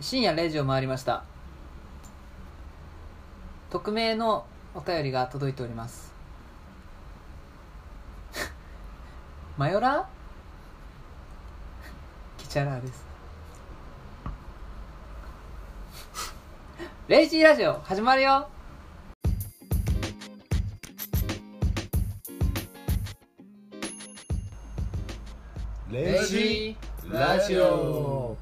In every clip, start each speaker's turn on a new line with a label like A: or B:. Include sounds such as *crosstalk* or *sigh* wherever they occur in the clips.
A: 深夜0時を回りました匿名のお便りが届いております *laughs* マヨラーケチャラー *laughs* ですレイジーラジオ始まるよ
B: レジラジオ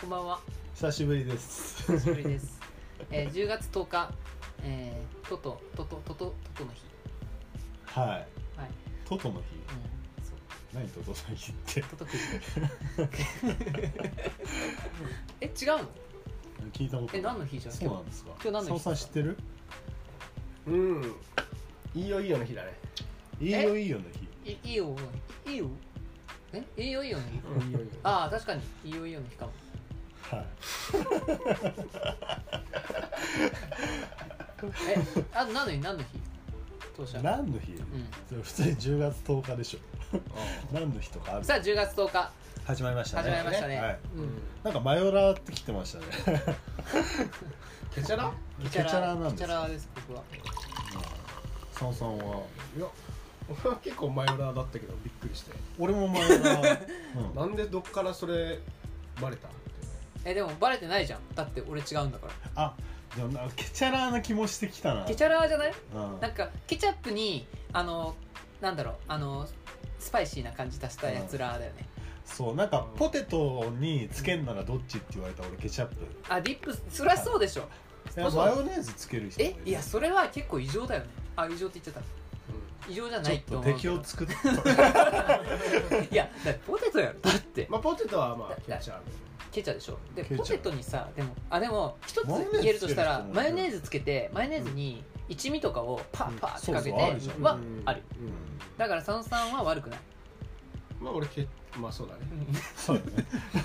A: こんばんは
B: 久しぶりです *laughs*
A: 久しぶりです、えー、10月10日、えー、トトトトトトトトの日
B: はい
A: はい、
B: トトの日
A: うん、そう
B: 何トトの日って
A: トトくじえ違うの
B: 聞いたことない
A: え何の日じゃん
B: そうなんですか
A: 今日何の日
B: 佐野さん知ってる
C: うん。いいよいいよの日だね。
B: いいよいいよの日
A: いいいよいいよえいいよいいよの日
C: いいよいいよ。
A: ああ確かにいいよいいよの日かも
B: はい
A: えあ何の日何の日当社
B: 何の日
A: うん
B: それ普通に10月10日でしょ何の日とかある
A: さあ10月10日
B: 始まりました
A: 始
B: ね
A: まりましたね
B: はい
A: うん
B: なんかマヨラーって来てましたね
C: ケチャラ？
B: ケチャラな
A: ケ
B: んで
A: チ
B: す
A: ャラです僕は
B: 佐野さんはい
C: や、俺は結構マヨラーだったけどびっくりして。
B: 俺もマヨラー
A: *laughs*
B: うん
C: なんでどっからそれバレた？
A: えでもバレてないじゃんだって俺違うんだか
B: あでもなんかケチャラーな気もしてきたな
A: らケチャラじゃない
B: うん
A: なんかケチャップにあのなんだろうあのスパイシーな感じ足したやつらだよね
B: そうなんかポテトにつけんならどっちって言われた俺ケチャップ
A: あディップそりゃそうでしょ
B: い
A: そ
B: や
A: うそう
B: マヨネーズつける人も
A: えいやそれは結構異常だよねあ異常って言っちゃっ
C: うん
A: た異常じゃな
B: ちょ
A: い
B: っ
A: と
B: と
A: 思う
B: 敵
A: けど
B: を作った
A: いやだってポテトやろだって
C: まあポテトはまあケチャラ。
A: ケチャでしょで
B: ケチャ
A: ポテトにさでもあでも一つ
B: マヨネーズ
A: 言えるとした
B: つける
A: ら
B: 人も
A: マヨネーズつけてマヨネーズに一味とかをパッパーってかけ
B: うんそうそうある
A: て
B: じゃん
A: は
C: うん
A: ある。
C: うん
A: だから佐野さんは悪
B: *laughs*
A: くない
C: まあ俺ケまあそうだね。
B: そう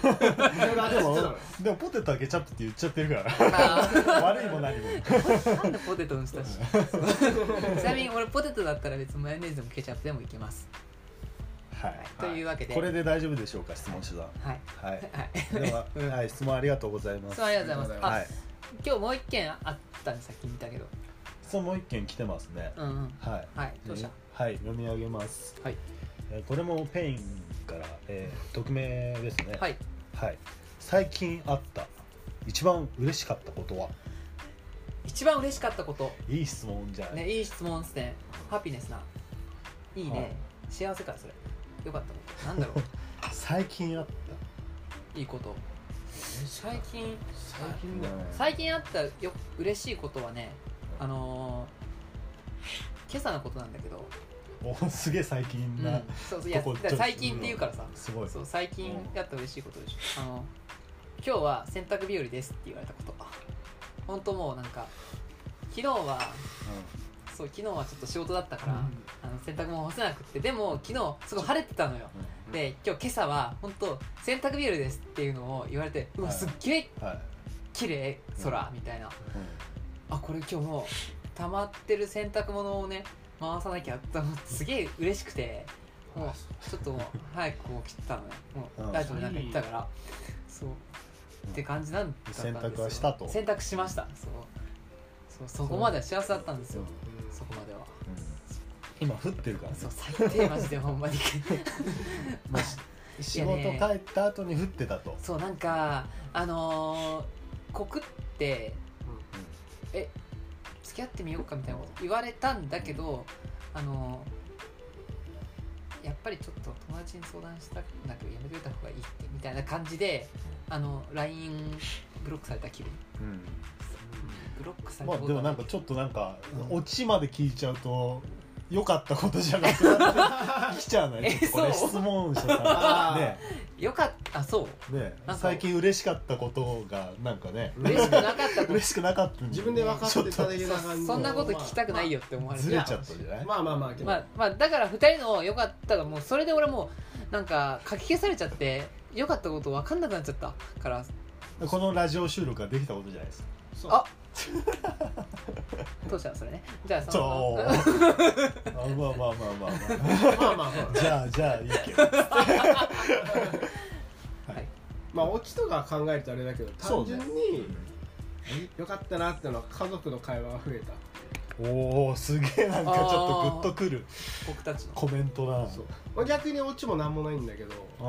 B: だね
C: マヨ
B: で
C: ラーだってた
B: も
C: のね。
B: でもポテトはケチャップって言っちゃってるか *laughs*
A: あ
B: ら悪いも何も
A: ーなんでポテトのしたし
B: *laughs*
A: ちなみに俺ポテトだったら別にマヨネーズでもケチャップでもいけます
B: はい
A: というわけで
B: これで大丈夫でしょうか質問手段
A: はい
B: はい
A: はい
B: では、はい、質問ありがとうございます
A: そうありがとうございます、
B: は
A: あ
B: い
A: 今日もう一件あったんでさっき見たけど
B: 質問もう一件来てますね
A: うんうん
B: はい
A: はいどうした
B: はい読み上げます
A: はい
B: えーこれもペインから、えー匿名ですね
A: はい
B: はい、最近あった一番嬉しかったことは
A: 一番嬉しかったこと
B: いい質問じゃない、
A: ね、いい質問ですね。ハピネスな。いいね。
B: はい
A: 幸せか、それ。よかったこと。なんだろ
B: 最近あっ
A: う。いいこと。最近、
C: 最近だよね。
B: た
A: 最近あったよ嬉しいことはね、あのー、今朝のことなんだけど、
B: おすげえ最近
A: う
B: な、
A: んそうそういや
B: ここ
A: だから
B: ちょっと
A: 最近って言うからさ、
B: すごい
A: そう最近やった嬉しいことでしょ。あの今日は洗濯日和ですって言われたこと。本当もうなんか、昨日は、そう昨日はちょっと仕事だったから、あの洗濯物干せなくってでも昨日すごい晴れてたのよ
B: う
A: で今日今朝は本当洗濯日和ですっていうのを言われてうわ
B: はい
A: すっげえ
B: んはい、
A: 綺麗空みたいなあこれ今日もう溜まってる洗濯物をね回さなきゃと思ってすげえ嬉しくてもうちょっともう早くこう切ったのねも
B: うん
A: うラジオなんか行ったからそうって感じなんだったんですよ
B: 洗濯はしたと
A: 洗濯しましたそうそうそこまでは幸せだったんですよ
C: うん
A: そこまでは
B: うん今降ってるからね
A: そう最低マジでほんま
B: *laughs*
A: に
B: まあし仕事帰った後に降ってたと、
A: そうなんかあのー、告って付き合ってみようかみたいなこと言われたんだけどあのー、やっぱりちょっと友達に相談したくなくやめといた方がいいってみたいな感じであの LINE ブロックされた気分ブロックされ
B: ま
A: た
B: あ
A: こと
B: でも
A: は
B: なんかちょっとなんか、
A: うん
B: オチまで聞いちゃうと良かったことじゃなくなってきちゃうのよ
A: *laughs* え
B: ちょっとこれ
A: そう
B: 質問
A: *laughs*
B: 者さんね
A: よかったあそう
B: ね
A: なんか
B: 最近嬉しかったことがなんかね
C: うん
A: 嬉しくなかったこと
B: 嬉しくなかったんだよね
C: 自分で分かってただけな感
A: そ
C: じ。
A: そんなこと聞きたくないよって思われ
B: ず
A: て
B: れちゃったんじゃない
C: まあまあまあけど
A: まあ、まあだから2人の良かったらもうそれで俺もうなんか書き消されちゃって良かったこと分かんなくなっちゃったから
B: このラジオ収録ができたことじゃないですか
C: そう
A: あ当社はそれねじゃあその *laughs*
B: そうあまあまあまあまあ、ま
C: まあまあそう
B: あ、じゃあじゃあいいけど
C: まあオチとか考えるとあれだけど
B: そ
C: 単
B: うね
C: 純によかったなってのは家族の会話が増えた
B: おおすげえなんかちょっとグッとくる
A: 僕たちの
B: コメントだな
C: そうまあ逆にオチもなんもないんだけど
B: うん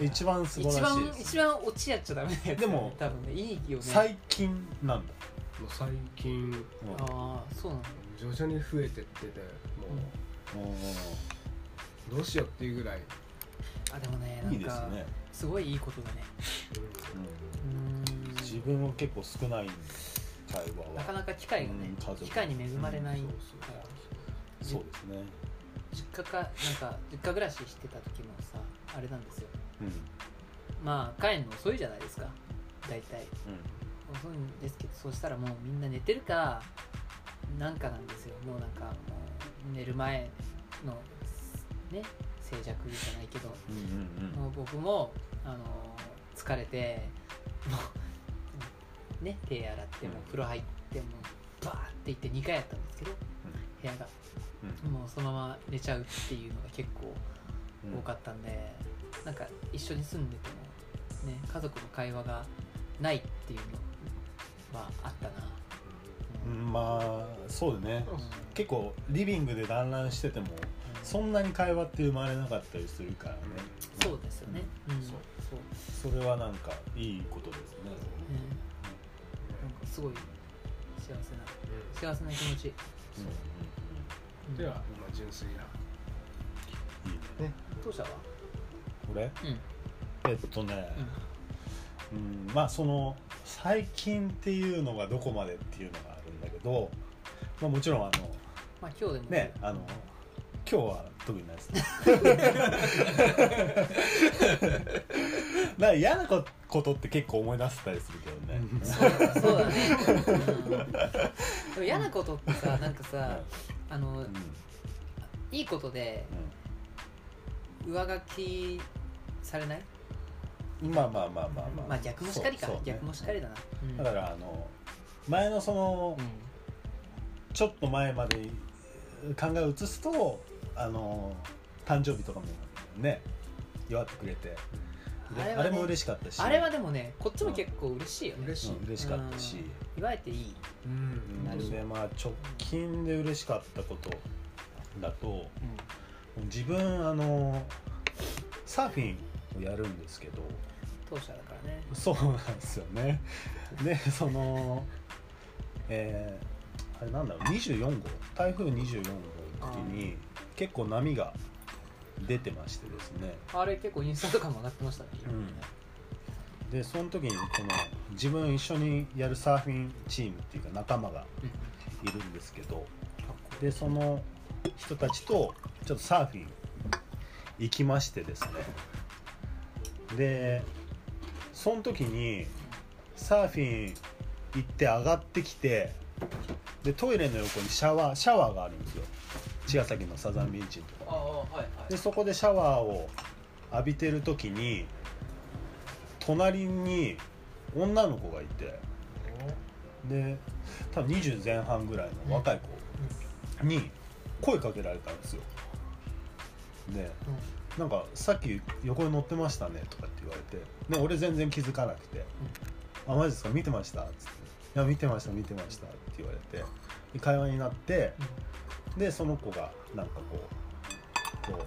B: うん、一番素
A: 一
B: 晴らしい
A: 番
B: です
A: 一番落ちやっちゃダメなやつ
B: でも
A: 多分ねいいよね
B: 最近なんだ、
C: もう最近
B: うん
A: ああそうなんだ
C: 徐々に増えてってても
B: お
C: うどうしようっていうぐらい、
A: あでもねな
B: ーい
A: ん
B: いです
A: か
B: ね、
A: すごいいいことだね
C: う
A: うーん
B: 自分は結構少ないんで会話は
A: なかなか機会がね
B: うん家族
A: 機会に恵まれない
C: ん、そう
B: そうですね、
A: 実家かなんか実家暮らししてた時もさあれなんですよ
B: うん
A: まあ帰るの遅いじゃないですか大体遅いんですけどそうしたらもうみんな寝てるかなんかなんですよもうなんかもう寝る前のね静寂じゃないけど
B: うんうんうん
A: もう僕も、あの疲れてもうね手洗ってもう風呂入ってもうバーって行って2回やったんですけど部屋が
B: う
A: もうそのまま寝ちゃうっていうのが結構
B: うん
A: 多かったんで、なんか一緒に住んでても、ね、家族の会話がないっていうのはあったな、
B: う
A: うん
B: んまあそうだね
C: そうそう
B: 結構リビングで団らんしててもそんなに会話って生まれなかったりするからね
A: そうですよね、うん
B: そう
A: そう、
B: それはなんかいいことですね
A: ね、なんかすごい幸せな幸せな気持ち、うん
C: では、まあ、純粋な、
B: うんいいね
A: 当社は
B: 俺
A: うんうん
B: えっとね、うん、まあその最近っていうのがどこまでっていうのがあるんだけど、まあ、もちろんあの
A: まあ今日でも
B: ねあの今日は特にない
A: *laughs*
B: ですね *laughs* なんか嫌なこことって結構思い出せたりするけどね、
A: そうだそうだね、う
B: *laughs*
A: ん、でも嫌なことってさなんかさあの
B: うん
A: いいことで上書きされない
B: うんまあまあまあまあまあ、
A: まあ逆もしかりか、
B: そうそうね
A: 逆もしかりだな、うん
B: だからあの前のその、
A: う
B: ちょっと前まで考えを移すとあの誕生日とかもね祝ってくれて
A: ん
B: であれ,、
A: はね
B: も嬉しかったし
A: あれはでもねこっちも結構嬉しいよね
C: 嬉しい、
B: うん嬉しかったし、
A: 祝えていい、
C: うん
A: なるほど
B: でまあ直近で嬉しかったことだと
A: うん
B: 自分あのサーフィンをやるんですけど
A: 当社だからね
B: そうなんですよねでそのえーあれなんだろう24号台風24号の時に結構波が出てましてですね
A: あれ結構インスタとかも上がってましたね、いろいろね
B: でその時にこの自分一緒にやるサーフィンチームっていうか仲間が
A: うん
B: いるんですけどでその人たちとちょっとサーフィン行きましてですねでその時にサーフィン行って上がってきてでトイレの横にシャワーシャワーがあるんですよ茅ヶ崎のサザンビーチのとこ
A: ああはいはい
B: でそこでシャワーを浴びてる時に隣に女の子がいてで多分20前半ぐらいの若い子に声かけられたんですよでなんかさっき横に乗ってましたねとかって言われてで俺全然気づかなくて「あマジですか見てました」っつって「いや見てました見てました」って言われてで会話になってでその子がなんかこうこ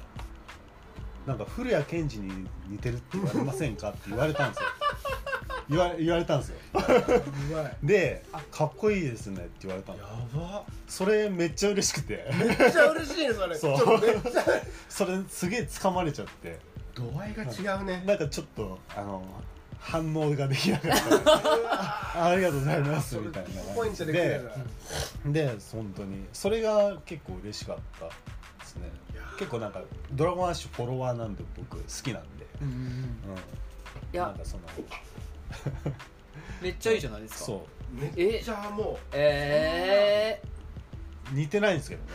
B: うなんか古谷健二に似てるって言われませんかって言われたんですよ言わ言われたんですよ
C: うまい
B: で「かっこいいですね」って言われたの
C: や
B: それめっちゃ嬉しくて
C: ばめっちゃ嬉しいねそれ
B: そう
C: ちょっとめっちゃ
B: それすげえ掴まれちゃって
C: 度合いが違うね
B: なんかちょっとあの反応ができなかった
C: *laughs*
B: ありがとうございますみたいな
C: ポイントで来るや
B: でで本当にそれが結構嬉しかったですね結構なんかドラゴンアッシュフォロワーなんで僕好きなんで、
A: うんうんうん
B: うん、
A: い
B: な
A: や
B: んかその
A: めっちゃいいじゃないですかう
B: そ
C: めっちゃも
A: ええ
C: *laughs*
B: う似てないんですけどね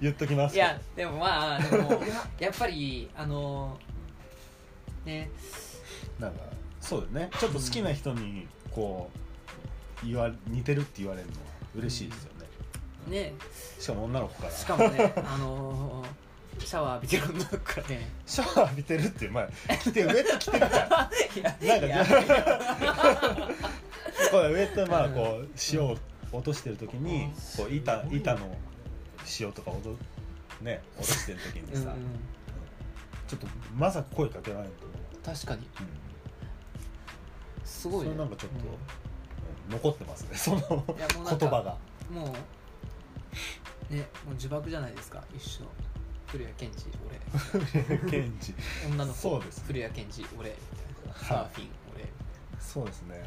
B: 言っときます
A: い
B: けど
A: やでもまあで *laughs* もやっぱりあのね
B: なんかそうだよねちょっと好きな人にこう言わ似てるって言われるのは嬉しいですよね
A: ね
B: しかも女の子から
A: しかもね
B: *laughs*
A: あのシャワー浴びてる女の子からね
B: シャワー浴びてるって前着てウェット着て
A: *laughs*
B: るから
A: いや
B: なんか
A: い
B: ね
A: や
B: これウェットまあこう塩を落としてる時
A: う
B: に
A: ん
B: こう板板の塩とか落とね落としてる時に
A: うんう
B: さ
A: ん
B: ちょっとまさか声かけられると思
A: 確かに
B: う、
A: すごいね
B: それなんかちょっと
A: うん
B: 残ってますねその
A: いやもうなんか
B: 言葉が
A: もうねもう呪縛じゃないですか一緒古谷健二
B: *laughs*
A: 俺
B: ケンジ
A: 女の子
B: そうです
A: 古谷健二俺みたいなサーフィン俺、
B: そうですね
A: は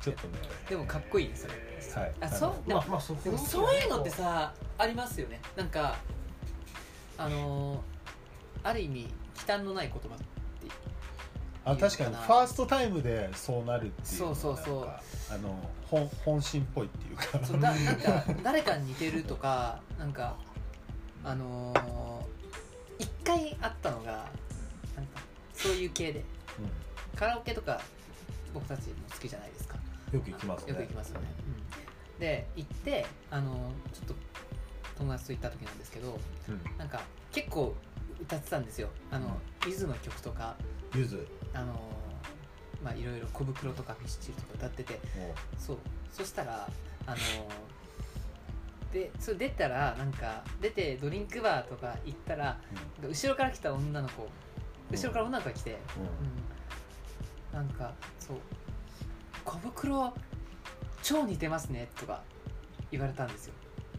B: ちょっとね
A: い、でもかっこいいねそれ
B: はい
A: あそうで
C: ま
A: も
C: あまあそ
A: で
C: こ
A: もそういうのってさありますよねなんかあのーある意味忌憚のない言葉
B: あ確かに
A: いいの
B: フ
A: かな
B: ァーストタイムでそうなるっていうのは
A: そうそうそう
B: なんかあの本本心っぽいっていうか
A: そうだなんか誰かに似てるとかなんかあのー一回あったのがなんかそういう系でカラオケとか僕たちも好きじゃないですか
B: うんよく行きますね
A: よく行きますよね、うんで行ってあのちょっと友達と行った時なんですけど
B: うん
A: なんか結構歌ってたんですよあのゆずの曲とか
B: ゆず
A: あのまあいろいろ小袋とかフィッシチルとか歌ってて
B: も
A: そうそしたらあのでそれ出たらなんか出てドリンクバーとか行ったらなんか後ろから来た女の子後ろから女の子が来て、
B: う、うん
A: うん、なんかそう「小袋超似てますね」とか言われたんですよ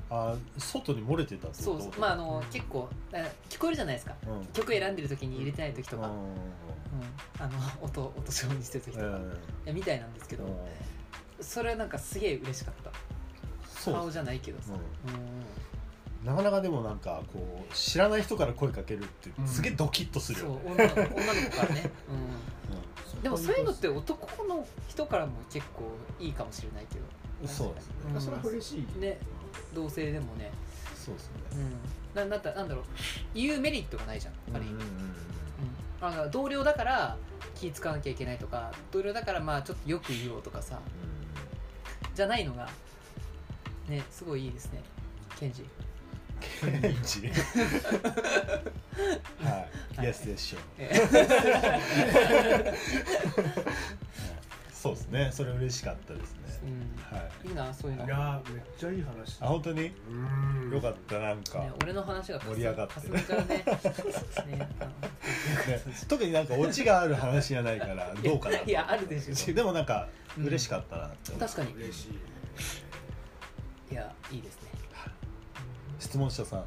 B: あ外に漏れてたって
A: そ
B: こ
A: う
B: と
A: まああ
B: あ
A: の、
C: うん
A: 結構え聞こえるじゃないですか
B: うん
A: 曲選んでる時に入れてない時とか、
B: う
A: うん
B: ん
A: あの *laughs* 音音調にしてる時と
B: う
A: か、い
B: ん
A: やみたいなんですけど、
B: うん
A: それはなんかすげえ嬉しかった
B: そう
A: 顔
B: で
A: じゃないけど
B: す
A: さ、
B: ね
A: うん
B: うんなかなかでもなんかこう知らない人から声かけるって
C: うん
B: すげえドキッとする
A: そ
B: よね
A: う女の子女の子から
B: *laughs*
A: ね、うん、でもそういうのって
C: だ
A: 男の人からも結構いいかもしれないけど
B: うんそうですね
A: うん
C: それは嬉しい
A: ね同性でもね
B: そうですね
A: うん、ななんだなんだろう言うメリットがないじゃんやっぱり、
B: う
A: うんん
B: うんうん
A: あの同僚だから気使わなきゃいけないとか同僚だからまあちょっとよく言おうとかさじゃないのがねすごいいいですねケンジ
B: うんケンジ *laughs* はい、
A: はい
B: Yes, yes, sure *laughs*
A: え
B: そうですね、それ嬉しかったです
A: う
B: ね。
A: ん
B: はい。
A: いいなそういうの
C: いやーめっちゃいい話
B: あ、本当に
C: うん
B: 良かった、なんか。
A: ね
B: ね、
A: 俺の話がかす
B: 盛り上がって
A: かすみから
B: *laughs*
A: ねねあの
B: 特になんかオチがある話じゃないから、どうかな。
A: いやあるでしょ十分
B: でもなんか、
A: うん
B: 嬉しかったなって思う
A: 確かに
C: 嬉しいね
A: いやいいですね
B: 質問者さん、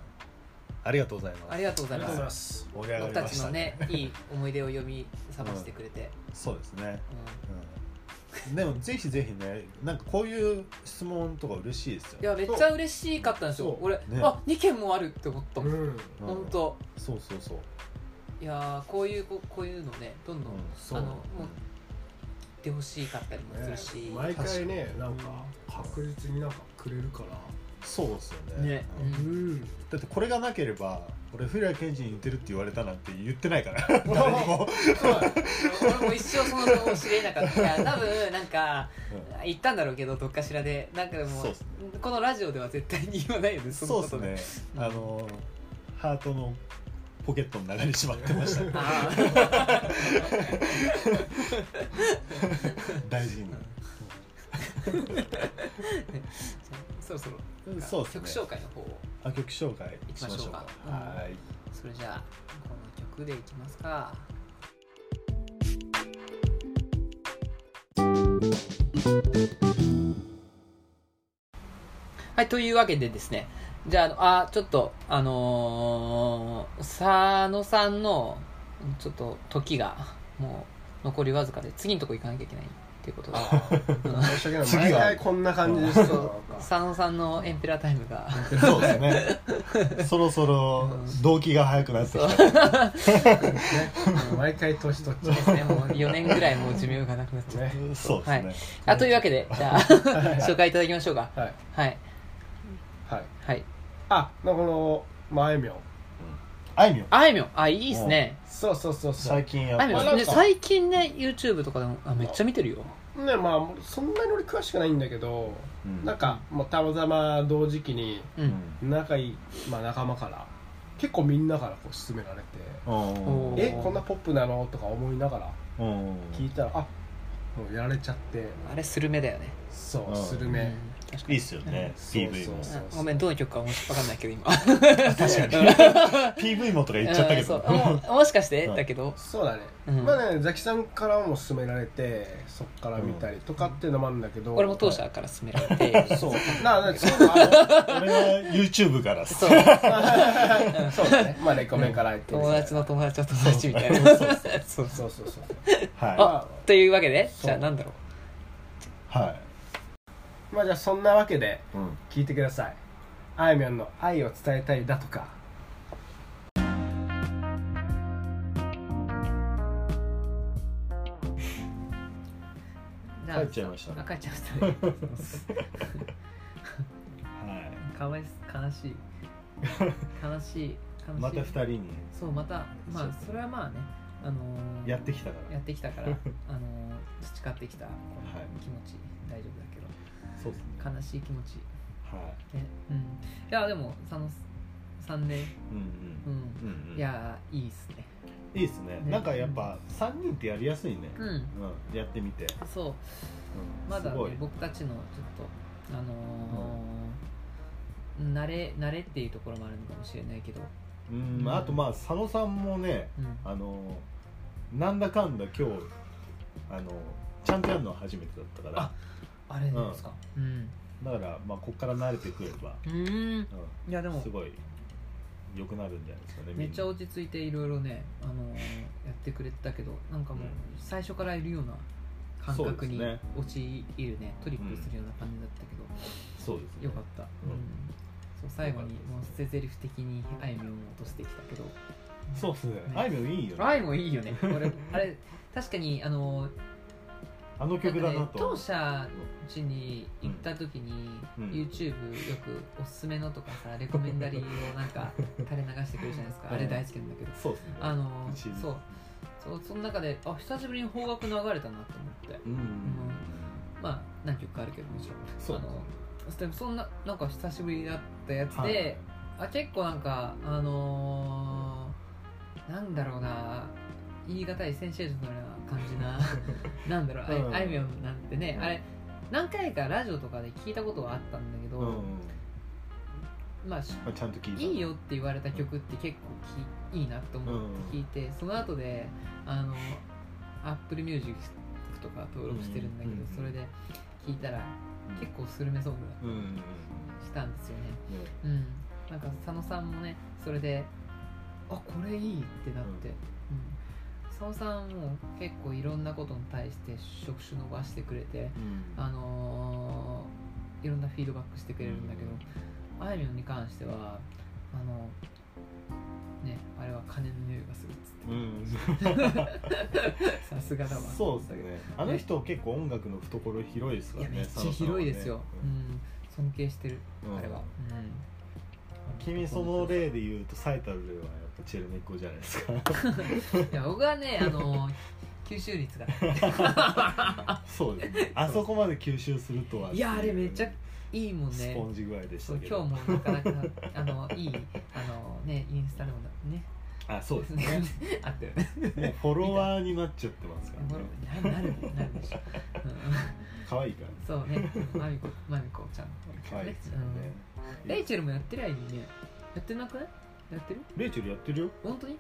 B: ありがとうございます。
A: ありがとうご
C: あ
A: ざい
C: りが
A: ま
C: とう
A: す
C: ございます
B: 盛り上が
A: 僕
B: り
A: た
B: ま
A: ち
B: し
A: の
B: た。
A: ねいい思い出を呼び覚ましてくれて、
B: そうですね。
A: うん
B: うん。でもぜひぜひね、なんかこういう質問とか嬉しいですよ
A: い
B: ね。
A: やめっちゃ嬉しかったんです
C: そ
A: よ
C: う
A: 俺、
B: ね
A: あ二2件もあるって思ったもん、
C: うん
B: うん
A: ほんと
B: そうそうそう。
A: いやーこういうここういうのねどんどん、
B: うんそう
A: あのもう言ってほしかったりもするし、
C: ね毎回ねなんか確実になんかくれるから
B: そうですよね。
A: ね
B: うん
A: うん
C: ん
B: だってこれがなければ俺古谷健二に似てるって言われたなんて言ってないから
A: *laughs*
B: 誰にも、
A: そう俺も一生その情報知れなかったいや
B: *laughs*
A: 多分なんか
B: うん
A: 言ったんだろうけどどっかしらでなんかでも
B: そうっすね
A: このラジオでは絶対に言わないよねその
B: そう
A: こと
B: です
A: ね
B: ねあのハートのポケットの中にしまってま *laughs* した
A: あー
B: 大事に、
A: そろそろ
B: うんそうですね
A: 曲紹介の方を
B: あ曲紹介
A: 行き
B: し
A: ま
B: ま
A: しょ
B: しょ
A: う
B: う
A: か
B: か
A: うん
B: はい
A: それじゃあこの曲でいきますかはいというわけでですねじゃああちょっとあのー佐野さんのちょっと時がもう残りわずかで次のとこ行かなきゃいけないっていうことで
C: 申し訳ない
B: 次は
C: 毎回こんな感じで
A: *laughs*
C: す
A: そ
C: よ
A: う佐野さんのエンペラータイムが
B: そうです
A: *laughs*
B: ねそろそろ動機が早くなってきた
C: ね毎回年取っちゃ
A: ですねもう4年ぐらいもう寿命がなくなっちゃっ
C: う
A: て
C: ね
B: そうです
A: は
B: ね、
A: い。あ
B: *laughs*
A: というわけで、じゃあ、紹介いただきましょうか。
C: はい
A: はい。
C: はい
A: はい。
C: あのこのまああいみょん
B: あいみょん
A: あいみょんあいいですね
C: そうそうそうそう
B: 最近やっ
A: あ
B: ぱ
A: いみ
B: り
A: ょ
C: あ
A: ん、ね、
C: なんか
A: 最近ね YouTube とかでもあめっちゃ見てるよ
C: ねまあそんなに俺詳しくないんだけど
B: うん
C: なんかもうたまたま同時期に
A: う
B: うんん
C: 仲いい、まあ、仲間から結構みんなからこう勧められて
B: うん
C: 「えこんなポップなの?」とか思いながら
B: うん
C: 聞いたらあもうやられちゃって
A: あれスルメだよね
C: そううんスルメ
A: うん確か
B: い
A: に
B: いっすよね
C: そうそう
B: PV も
C: そう
A: うんごめんどの曲かも分かんないけど今
C: *laughs*
B: 確かに PV もとか言っちゃったけ
A: う
B: ど
A: んそうももしかして
B: うん
A: だけど
C: そうだね、
A: うん
C: まあねザキさんからも勧められてそっから見たりとかっていうのもあるんだけど、
A: 俺も当社から勧められて
C: そうなあねそういうのあ
B: *laughs* 俺は YouTube からです
A: そう
C: るそうだね *laughs* まあレコメンから入ってる
A: 友達の友達の友達みたいなそう
C: そうそうそう
B: は
A: あというわけで
C: そう
A: じゃあなんだろ
B: いは
C: まあじゃあそんなわけで
B: いうん
C: 聞いてくださいあいみょんの愛を伝えたいだとか
A: う
B: 帰っちゃいましたね
A: 帰っちゃいましたね
B: *laughs* はい
A: かわい悲しい悲しい悲しい
B: また二人に
A: そうまたまあそれはまあねあのー
B: やってきたから
A: やってきたからあのー培ってきたこ
B: はい
A: の気持ち大丈夫だけど
B: そうですね
A: 悲しい気持ち、
B: はい
A: ねうん、いやでもその3年、う
B: うん
A: ん、
B: うんうんうん
A: いやーいいっすね
B: いいですね
A: ね
B: なんかやっぱ三人ってやりやすいね
A: うん
B: うんやってみて
A: そう
B: うん
A: まだ、
B: す
A: ね
B: ごい、
A: 僕たちのちょっとあのー慣れ慣れっていうところもあるのかもしれないけど、
B: うんあとまあ佐野さんもね
A: うん、
B: あのなんだかんだ今日あのちゃんとやるのは初めてだったから
A: あれですかうん
B: だからまあこっから慣れてくれば、
A: うーん
B: う
A: いやで
B: ん、
A: も
B: すごい良くなるんじゃないですかね
A: めっちゃ
B: みん
A: 落ち着いていろいろね、あのーやってくれてたけどなんかもう
B: うん
A: 最初からいるような感
B: そう
A: 覚
B: です
A: に
B: ね
A: 陥るねトリップするような感じだったけど、
B: なそうですね
A: よかった、
B: うん
A: そう最後にもう捨て台詞的にあいみょんを落としてきたけど
B: そうですね
A: ね
B: あいみょんいいよね
A: あいもいい
B: *laughs*
A: よね俺あれ確かにあの
B: あの曲だ
A: なんか
B: な
A: ね、当
B: と
A: 社家に行った時に、
B: うん
A: YouTube よくおすすめのとかさレコメンダリーをなんか垂れ流してくれるじゃない
B: *laughs*
A: ですかあれ大好きなんだけど
B: そうですね
A: あの
B: うち
A: そうそうその中であ久しぶりに邦楽流れたなと思って
B: うん、
A: まあ何曲かあるけどもちろん
B: そう
A: あのでもそんななんか久しぶりだったやつで、
B: はい
A: あ結構なんかあのーなんだろうな言い難いセンシーショナルな感じ
B: *laughs*
A: ななんだろうあい
B: うん
A: あいみょんなんてね、
B: うん
A: あれ何回かラジオとかで聞いたことはあったんだけど、
B: うん
A: まあし
B: まあ、ちゃんと聞いた
A: いいよって言われた曲って結構きいいなと思って聞いて、その後であの Apple Music とか登録してるんだけど、
B: うんうんうん
A: それで聞いたら結構スルメソング
B: うんうんうん
A: したんですよね
B: ね
A: うんなんか佐野さんもねそれであこれいいってなって、うん佐野さんも結構いろんなことに対して触手伸ばしてくれて
B: うん
A: あのーいろんなフィードバックしてくれるんだけど、あいみょんに関してはあのねあれは金の匂いがするっ
B: う
A: つ
B: ん
A: って、さすがだわ
B: そうですねあの人結構音楽の懐広いですか
A: い
B: ら
A: や
B: ね
A: めっ
B: 佐
A: ちゃ
B: 野さんはね
A: 広いですよ、うん、尊敬してる
B: うん
A: あれは、うん
B: 君その例で言うと最たる例はやっぱチェルミコじゃないですか
A: いや僕はねあの吸収率が
B: *laughs* そうですねあそこまで吸収するとはって
A: いやあれめっちゃいいもん
B: ス
A: ね
B: ポンジ具合でし
A: そ
B: た
A: う
B: けど
A: 今日もなかなかあのいいあのねインスタでもね
B: あそうですね
A: *laughs* あったよね
B: もうフォロワーになっちゃってますからね
A: ななるなるでしょ、うん
B: 可愛いから
A: そうねまみこまみこちゃん
B: 可愛いですよね
A: うんレイチェルもやってりゃいいねやってなくないやってる
B: レイチェルやってるよ
A: 本当に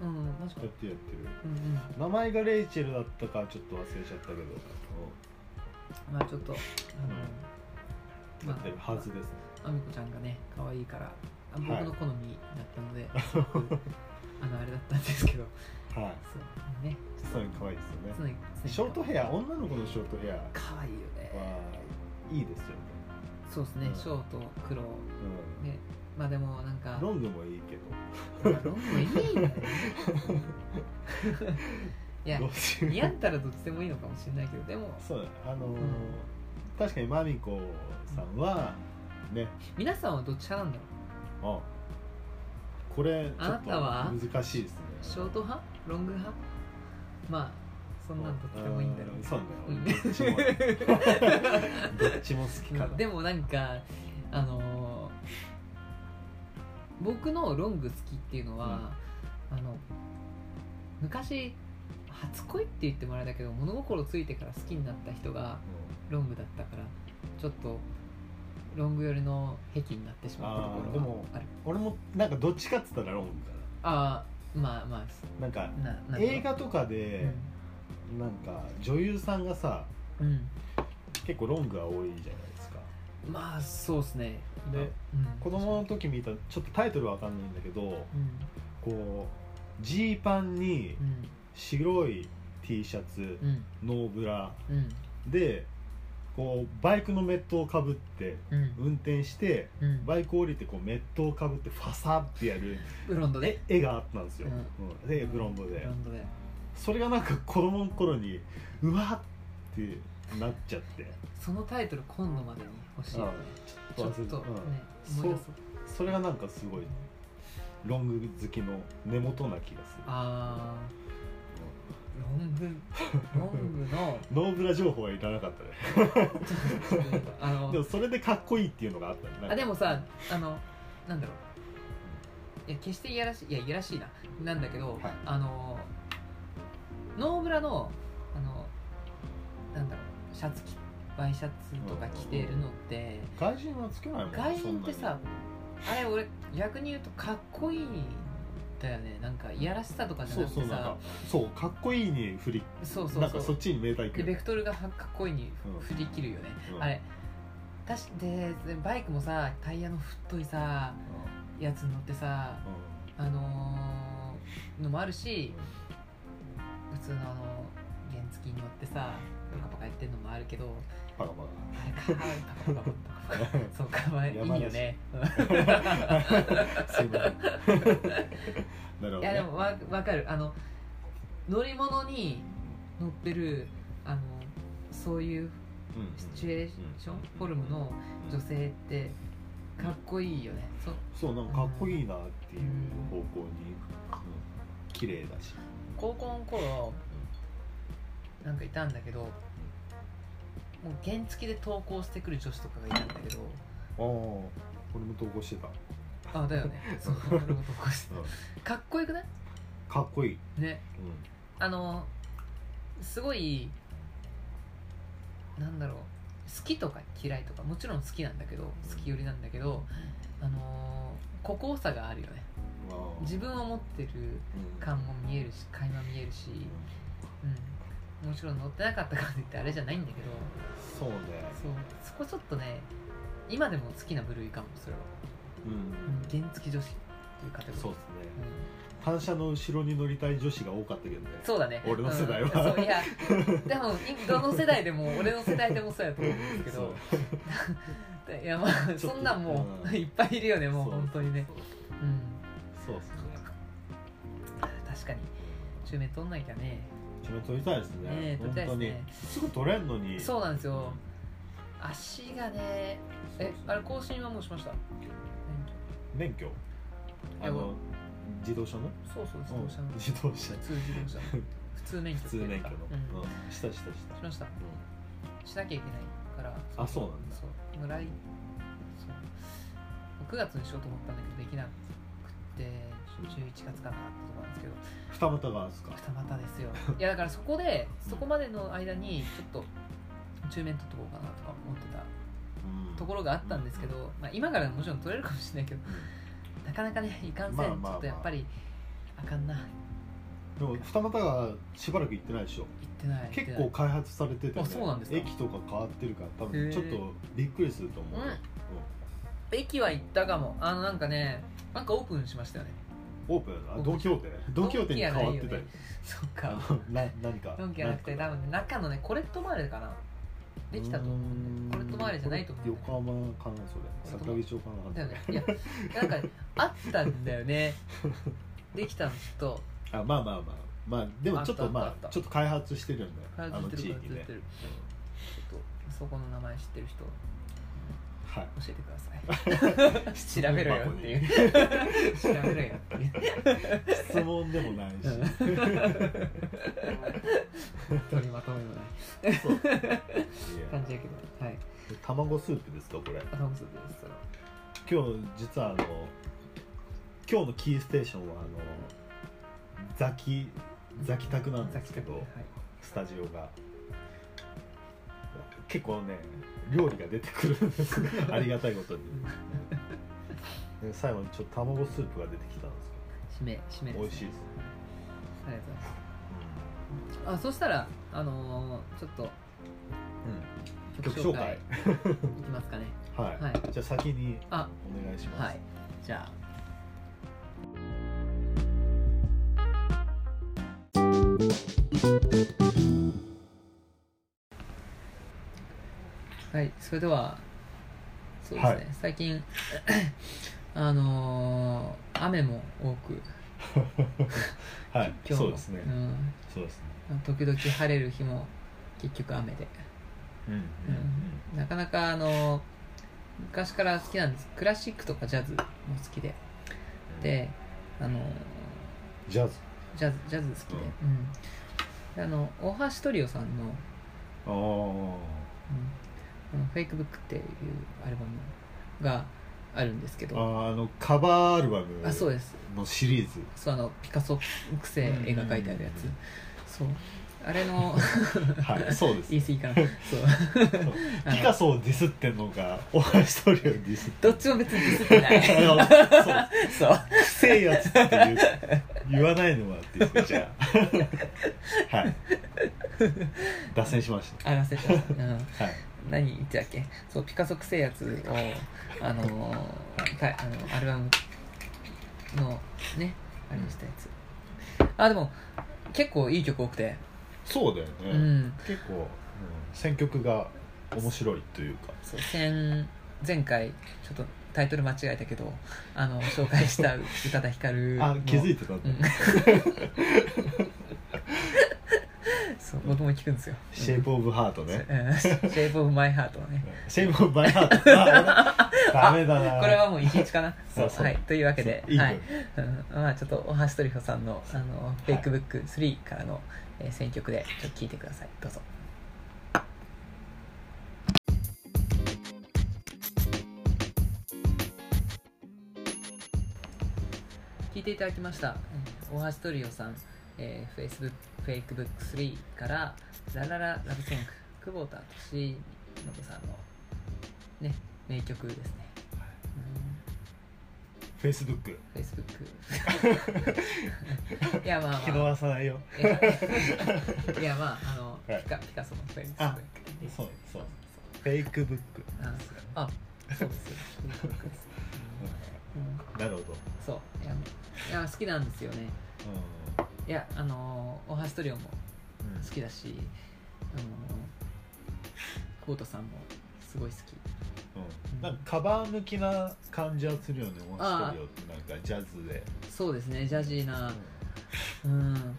B: うん
A: うん確か
B: や
A: に
B: ってるやってる
A: うんうん
B: 名前がレイチェルだったかちょっと忘れちゃったけど
A: まあちょっとあの
B: うんやってるはずですね
A: あみこちゃんがね可愛いからあ僕
B: はい
A: の好みだったので、 *laughs* すごくあのあれだったんですけど
B: はい
A: そうね
B: それ可愛いですよね
A: 常に常に
B: ショートヘア女の子のショートヘアは
A: 可愛いよね
B: いいですよね、
A: そうですね、
B: うん
A: ショート黒
B: う
A: ねまあでもなんか
B: ん、ロングもいいけど
A: まあロングいいんだ *laughs* よねいや
B: どうしよう
A: 似合ったらどっちでもいいのかもしれないけどでも
B: そうだねあのー
A: うん
B: 確かにマミコさんはね
A: 皆さんはどっち派なんだろ
B: あこれちょ
A: あな
B: った
A: は
B: と難しいですね
A: ショート派ロング派まあそんなんどっちでもいいんだろう
B: あーそう
A: うん
B: だよどっちもどっちも好きか
A: *laughs*
B: な
A: でもなんかあのー僕のロング好きっていうのは、あの昔初恋って言ってもあれだけど物心ついてから好きになった人がロングだったからちょっとロング寄りの癖になってしまったところがある
B: 俺もなんかどっちかっつったらロングか
A: ああまあま
B: ななんか
A: あななん
B: 映画とか
A: う
B: で
A: ん、
B: なんか女優さんがさ
A: うん
B: 結構ロングが多いじゃないですか
A: まあそうですね
B: で
A: うん
B: 子供の時見たちょっとタイトルわかんないんだけど
A: うん
B: こうジーパンに
A: うん
B: 白い T シャツ
A: うん
B: ノーブラ
A: うん
B: でこうバイクのメットをかぶって
A: うん
B: 運転して
A: うん
B: バイク降りてこうメットをかぶってファサってやる
A: ブロンドで
B: え絵があったんですよ、
A: う
B: うんでブロンドで
A: ブロンドで
B: それがなんか子供の頃にうわってなっちゃって
A: そのタイトル今度までに欲しいよねちょっとね
B: うん
A: 思い出そう
B: うんそれがなんかすごいロング好きの根元な気がする
A: あーロングロングの
B: ノーブラ情報はいらなかったね
A: ちょっとあの
B: でもそれでかっこいいっていうのがあったねなんか
A: あでもさあのなんだろういや決していやらしいいやいやらしいななんだけど、
B: はい
A: あのノーブラのあのなんだろうシャツ着ワイシャツとか着てるのって
B: 外人はつけないもん
A: 外人って
B: そんな
A: さあれ俺逆に言うとかっこいいんだよねなんかいやらしさとか
B: に
A: じゃな
B: そう
A: く
B: そう
A: て
B: なんか
A: さ
B: そうかっこいいに振り
A: そうそう
B: なん
A: そ
B: か
A: う
B: そっちにメーターいく
A: で
B: よね
A: ベクトルがかっこいいに
B: うん
A: 振り切るよね、
B: うん
A: あれ確かででバイクもさタイヤの太いさやつに乗ってさ
B: うんう
A: あ
B: ん
A: のーのもあるし普通のあの原付に乗ってさパカパカやってるのもあるけど
B: パカ *laughs*
A: あれかわいいパカパカパカパカそうかわいいよ
B: 山梨
A: ね
B: パカすいません *laughs* なるほど、
A: い
B: ね、
A: やでもわわかるあの乗り物に乗ってるあのそういう
B: うんうん
A: シチュエーション
B: うん
A: フォルムの女性ってかっこいいよねそう
B: そうなんかかっこいいなっていう方向に、うん、綺麗だし
A: 高校の頃なんかいたんだけどもう原付で登校してくる女子とかがいたんだけど
B: ああこれも投稿してた、
A: あだよねそう俺も登校して
B: う
A: かっこよくない
B: ん、かっこいい、
A: ね
B: う
A: あのすごいなんだろう好きとか嫌いとかもちろん好きなんだけど好き寄りなんだけどあの孤高さがあるよね
B: んまあ
A: 自分を持ってる
B: うん
A: 感も見えるし垣間見えるし、うん、もちろん乗ってなかったからといってあれじゃないんだけど
B: そうね
A: そうそこちょっとね今でも好きな部類かもそれは、
B: うん、
A: うん、原付女子っていうカテゴリー
B: そう
A: う
B: ですね
A: ん
B: 単車の後ろに乗りたい女子が多かったけどね
A: そうだね
B: 俺の世代は
A: うんそういやでもいどの世代でも俺の世代でもそうやと思うんですけどいやまあ
B: ちょっと
A: そんなんもう
B: うん
A: いっぱいいるよねもう
B: そう
A: 本当にねうん
B: そうですね
A: 確かに中面取んなきゃね
B: 自分撮りたいですね
A: ねえ撮りたいですね
B: 本当にすぐ撮れんのに
A: そうなんです
B: う
A: よ
B: ん
A: 足がねえあれ更新はもうしました
B: 免許
A: や
B: あの自動車の
A: そうそう自動車の
B: うん
A: 普
B: 自動車
A: 通自動車普通免許
B: *laughs* 普通免許の、
A: うん
B: うんしたしたした
A: しました
B: う
A: しなきゃいけないから
B: あそうなんだ
A: そうもう来そう9月にしようと思ったんだけどできなくて11月かなってとこなんですけど
B: ん二股がですか
A: 二股ですよいやだからそこでそこまでの間にちょっと中面取っとこうかなとか思ってた
B: うん
A: ところがあったんですけど、まあ、今からもちろん取れるかもしれないけどなかなかねいかんせん、
B: まあまあまあ
A: ちょっとやっぱりあかんな行
B: でも二股がしばらく行ってないでしょ
A: ってない行って
B: 結
A: ない
B: 構開発されてて、
A: あそうなんですか
B: 駅とか変わってるから多
A: へ
B: 分
A: え
B: ちょっとびっくりすると思う、
A: 駅は行ったかもあのなんかねなんかオープンしましたよね
B: オープンあドン・キホーテドン・キホーテに変わってたよ
A: そっか
B: あのな何か
A: ドンキじゃなくて多分中のねコレットマーレかなできたと思うんだよコレットマーレじゃないと思うんだ
B: 横
A: よね
B: 浜かなそれ
A: コレットマー
B: 坂
A: レ
B: 木町かな
A: だよねいやなんかねあったんだよ *laughs* ねできたのと
B: あまあまあまあまあでもち
A: あ
B: ょっと
A: ったあっ
B: ま
A: た
B: あちょっと開発してるんだよ
A: 開発
B: あの
A: して
B: 地
A: る開発
B: 域で
A: してるちょっとそこの名前知ってる人
B: はい
A: 教えてくださ *laughs* い調べろよっていう調べろよっていう
B: 質問でもないし、
A: 本当にまとめもない
B: *laughs* そういや
A: 感じやけどはい
B: 卵スープですかこれ
A: 頭すですそれ
B: 今日実はあの今日のキーステーションはあのザキザキタクなんですけど、
A: はい
B: スタジオが結構ね料理が出てくるんです *laughs* ありがたいことにで最後にちょっと卵スープが出てきたんです
A: 締め締めで
B: け
A: す
B: ど美味しいです、
A: ありがとうございますあそしたらあのーちょっと曲紹介いきますかね
B: うんはい、
A: はい
B: じゃあ先に
A: あ
B: お願いします、
A: はいじゃあはいそれではそうですね、
B: はい
A: 最近 *coughs* あのー雨も多く
B: *laughs* はい、
A: 今日も
B: そうですね、
A: ん
B: そうですね
A: 時々晴れる日も結局雨で
B: うんうん
A: なかなかあの昔から好きなんですクラシックとかジャズも好きで
B: うん
A: であの
D: ジャズ
A: ジャズジャズ好きで,、うんであの大橋トリオさんの
B: あ
A: 「
B: あ
A: うん、あのフェイクブック」っていうアルバムがあるんですけ
B: あ
A: ど
B: ーあのカバーアルバム
A: あそうです
B: のシリーズ
A: そうあのピカソ癖絵が描いてあるや
B: うんうんうん
A: つそうあれの *laughs*
B: はい *laughs* そうです
A: 言い過ぎかなそう
B: そう
A: あの
B: ピカソをディスってんのか大橋トリオをディス *laughs* って
A: どっちも別にディスってない
B: んのか *laughs* そう
A: そう
B: くせえやつって言う言わないのはって言ってじゃ *laughs* あはい脱線しまし
A: あらせた、うん
B: たはい
A: 何言ってたっけそうピカソくせえやつをあのーかあのアルバムのねあれにしたやつ、あでも結構いい曲多くて
B: そうだよ
A: う
B: ね、
A: ん
B: 結構、うん選曲が面白いというか
A: そう先前回ちょっとタイトル間違えたけどあの紹介した宇多田ヒカルの
B: *laughs* あ気づいてたん
A: う
B: だ、
A: んそう僕も聞くんですよ
B: シェイプ・オブ・ハートね
A: うんシェイプオブマイハートをね
B: シェイプ・オブ・マイ・ハ
A: *laughs*
B: ート *laughs* あ俺ダメだな
A: これはもう一日かな
B: そうそう
A: はいというわけで
B: いい分、
A: はいうんまあ、ちょっと大橋トリフさんの「あのフェイクブック3」からの、えー選曲でちょっと聞いてくださいどうぞ聞いていただきましたえー大橋トリオさん、えー、フェイスブックフェイクブック3から「ララララブソング」久保田敏信さんの、ね、名曲ですね、うん
B: フェイスブック
A: フェイ *laughs* スブックいやまあ、まあ、
B: 気のわさないよ
A: いやまああの、
B: はい
A: ピカピカソのフェイスブッ
B: あ
A: ク
B: そうそうフェイクブック
A: ああそうですよフェイスブックです、うん、
B: なるほど、
A: そういやいや好きなんですよねいやあのー大橋トリオも
B: うんうん
A: 好きだしあのーコウタさんもすごい好き
B: うんなんかカバー向きな感じはするよねオン
A: ああ
B: ストリオってなんかジャズで、
A: そうですねジャジーなうん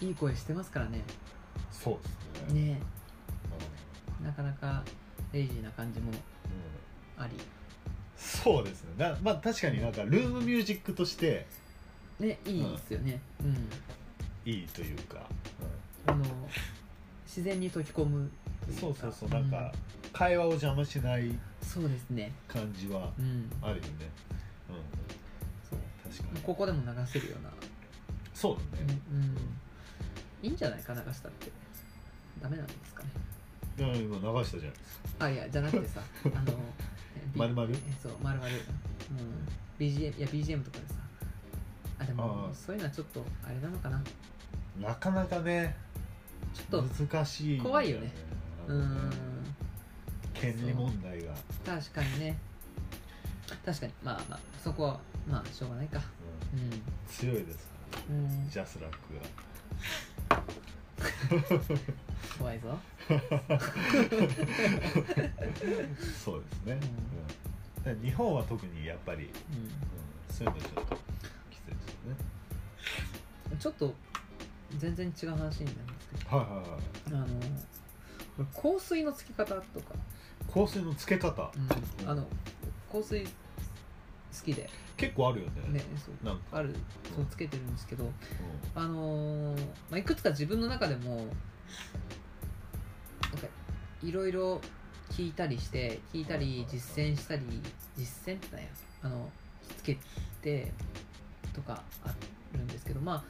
A: いい声してますからね
B: そうですね
A: ねなかなかレイジーな感じも
B: うん
A: あり
B: そうですねなまあ確かになんかルームミュージックとして
A: ねいいですよねうん
B: いいというか、
A: あの自然に溶け込むとい
B: そうそうそう
A: か
B: なんか会話を邪魔しない
A: うんそうですね
B: 感じは
A: うん
B: あるよねうん
A: そう
B: 確か
A: もう
B: に
A: ここでも流せるような、
B: そうだね、
A: うんいいんじゃないか流したってダメなんですかね
B: だから今流したじゃないですか
A: あいやじゃなく
B: *laughs*
A: てさあの
B: まるまる
A: えそうまるまるうん、BGM いや BGM とかでさあでも
B: ああ
A: そういうのはちょっとあれなのかなち
B: なかなかね
A: ょっと
B: 難しいんだ
A: 怖いよねう
B: うん
A: ん
B: 権利問題が、うん
A: 確かにね確かにまあまあそこはまあしょうがないかう
B: 強いです
A: ん、うん、
B: ジャスラックが
A: *laughs* 怖いぞ
B: そうですね、うんで日本は特にやっぱ
A: う
B: り、うんそういうのちょっときついですよね
A: んちょっと全然違う話になるんですけ
B: はいはいはい
A: どあの俺香水のつけ方とか
B: 香水のつけ方、
A: うん、あの香水好きで
B: 結構あるよね
A: ねそう
B: なんか、
A: あるそうつけてるんですけどあのーまあ、いくつか自分の中でもなんかいろいろ聞いたりして聞いたり実践したり実践ってなんやあのつけてとかあるんですけどまあ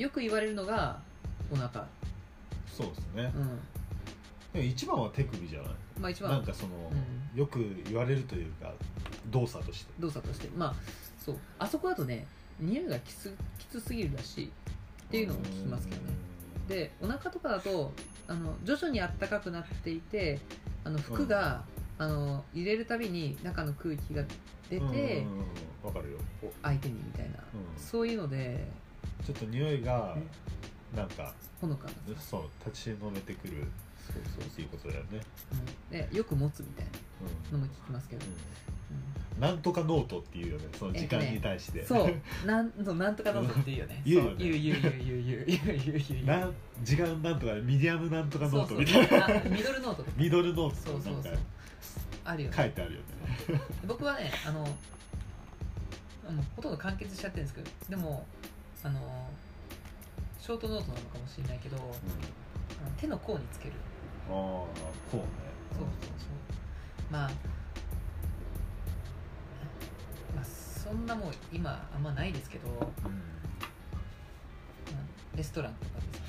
A: よく言われるのがお腹
B: そうですね
A: う、ん
B: でも一番は手首じゃない
A: まあ一
B: なん
A: 番
B: かその、
A: う
B: よく言われるというか動作として
A: 動作としてまあそうあそこだとね匂いがきつきつすぎるらしいっていうのを聞きますけどねでお腹とかだとあの徐々にあったかくなっていてあの服が、あの入れるたびに中の空気が出
B: うんうんうん
A: て、
B: わかるよ
A: お相手にみたいな、
B: うん
A: そういうので
B: ちょっと匂いがなんか
A: ほのかな
B: そう立ち飲めてくる
A: そうそう
B: っていうことだよね、
A: そう、うん、でよく持つみたい
B: うん
A: なのも聞きますけど、
B: うんなんとかノートっていうよねその時間に対して、
A: うんそうなんそうなんとかどうぞっていうよね
B: 言うよね
A: そう言う言う言う言う言う言う言う言う言
B: *laughs* な
A: うん
B: 時間なんとかミディアムなんとか
A: そ
B: ノ
A: う
B: ート
A: そう
B: みたいな
A: あミドルノートとか
B: ミドルノー
A: そ
B: ト
A: うそう
B: なん
A: そ
B: か
A: うあるよね
B: 書いてあるよね
A: 僕はねあのあのほとんど完結しちゃってるんですけどでもあのショートノートなのかもしれないけどあの手の甲につける
B: ああこうね
A: そうそうそうまあまあそんなもう今あんまないですけど、うん
B: う
A: レストランとかでさ